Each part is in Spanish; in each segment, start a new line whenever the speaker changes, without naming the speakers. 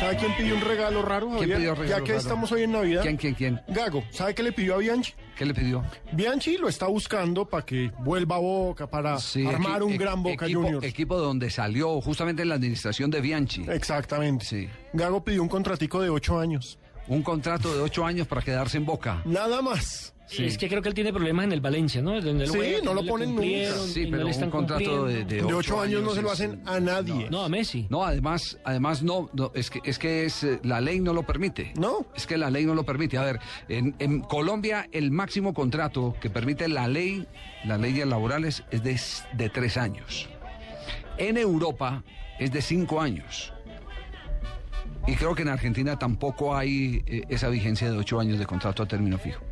¿Sabe quién pidió un regalo raro, Javier?
pidió regalo
ya que
raro?
estamos hoy en Navidad.
¿Quién, quién, quién?
Gago, ¿sabe qué le pidió a Bianchi?
¿Qué le pidió?
Bianchi lo está buscando para que vuelva a Boca, para Ah, armar
equi-
un
equ-
gran Boca
equipo,
Juniors.
Equipo donde salió justamente en la administración de Bianchi.
Exactamente.
Sí.
Gago pidió un contratico de ocho años.
Un contrato de ocho años para quedarse en Boca.
Nada más.
Sí, Es que creo que él tiene problemas en el Valencia, ¿no? Donde él
Sí,
juega, que
no lo
le
ponen nunca.
cumplieron,
Sí,
y no
pero
le
un
están
contrato de,
cumpliendo.
De ocho años no se lo
es-
hacen a nadie.
No, a Messi.
No, además, además no, no, es que es que es eh, la ley no lo permite.
No.
Es que la ley no lo permite. A ver, en, en Colombia el máximo contrato que permite la ley, las leyes laborales es de, s- de tres años. En Europa es de cinco años. Y creo que en Argentina tampoco hay eh, esa vigencia de ocho años de contrato a término fijo.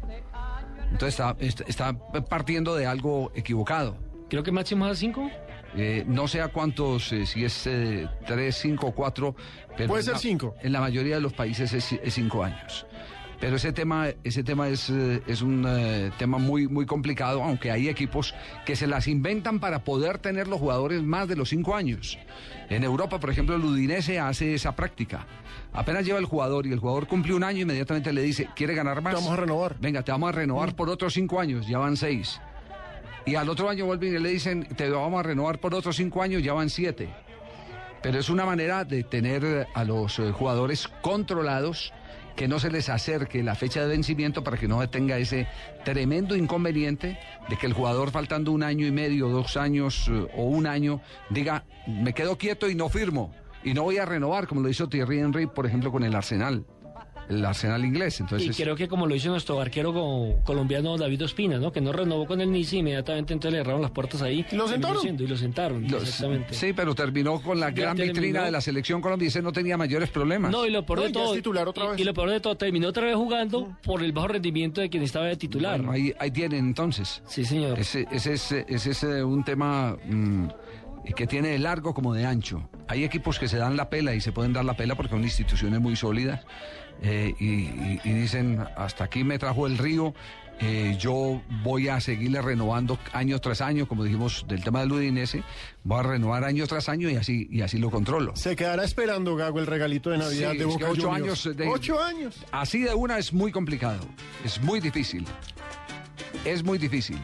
Entonces está, está- está partiendo de algo equivocado.
Creo que máximo es a 5.
Eh, no sé a cuántos, eh, si es eh, tres, cinco o cuatro. Pero
Puede
en
ser
la-
cinco.
En la mayoría de los países es, es cinco años. Pero ese tema, ese tema es, eh, es un eh, tema muy, muy complicado, aunque hay equipos que se las inventan para poder tener los jugadores más de los cinco años. En Europa, por ejemplo, el Udinese hace esa práctica. Apenas lleva el jugador y el jugador cumple un año, inmediatamente le dice, ¿quiere ganar más?
vamos a renovar.
Venga, te vamos a renovar por otros cinco años, ya van seis. Y al otro año vuelven y le dicen, te vamos a renovar por otros cinco años, ya van siete. Pero es una manera de tener eh, a los eh, jugadores controlados, que no se les acerque la fecha de vencimiento para que no tenga ese tremendo inconveniente de que el jugador faltando un año y medio, dos años eh, o un año, diga, me quedo quieto y no firmo. Y no voy a renovar, como lo hizo Thierry Henry, por ejemplo, con el Arsenal. El Arsenal inglés.
Y
Entonces,
creo que como lo hizo nuestro arquero co- colombiano David Ospina, ¿no? Que no renovó con el Nice y inmediatamente entonces le cerraron las puertas ahí.
¿Y lo sentaron?
Y lo sentaron,
Los-
exactamente.
Sí, pero terminó con la
Ya
gran
terminó.
vitrina de la selección Colombia y ese no tenía mayores problemas.
No, y lo peor
No,
de
y ya
todo.
es titular otra
y-
vez.
Y, lo peor de todo, terminó otra vez jugando por el bajo rendimiento de quien estaba de titular.
Bueno, ahí, ahí tienen entonces.
Sí, señor.
Ese, ese es, eh, ese es, eh, un tema mm, que tiene de largo como de ancho. Hay equipos que se dan la pela y se pueden dar la pela porque son instituciones muy sólidas eh, y, y- y dicen, hasta aquí me trajo el río, eh, yo voy a seguirle renovando año tras año, como dijimos del tema del Udinese, voy a renovar año tras año y así, y así lo controlo.
Se quedará esperando, Gago, el regalito de Navidad
Sí,
de
es
Boca
que ocho
Juniors.
años de-
Ocho años.
Así de una es muy complicado, es muy difícil. Es muy difícil.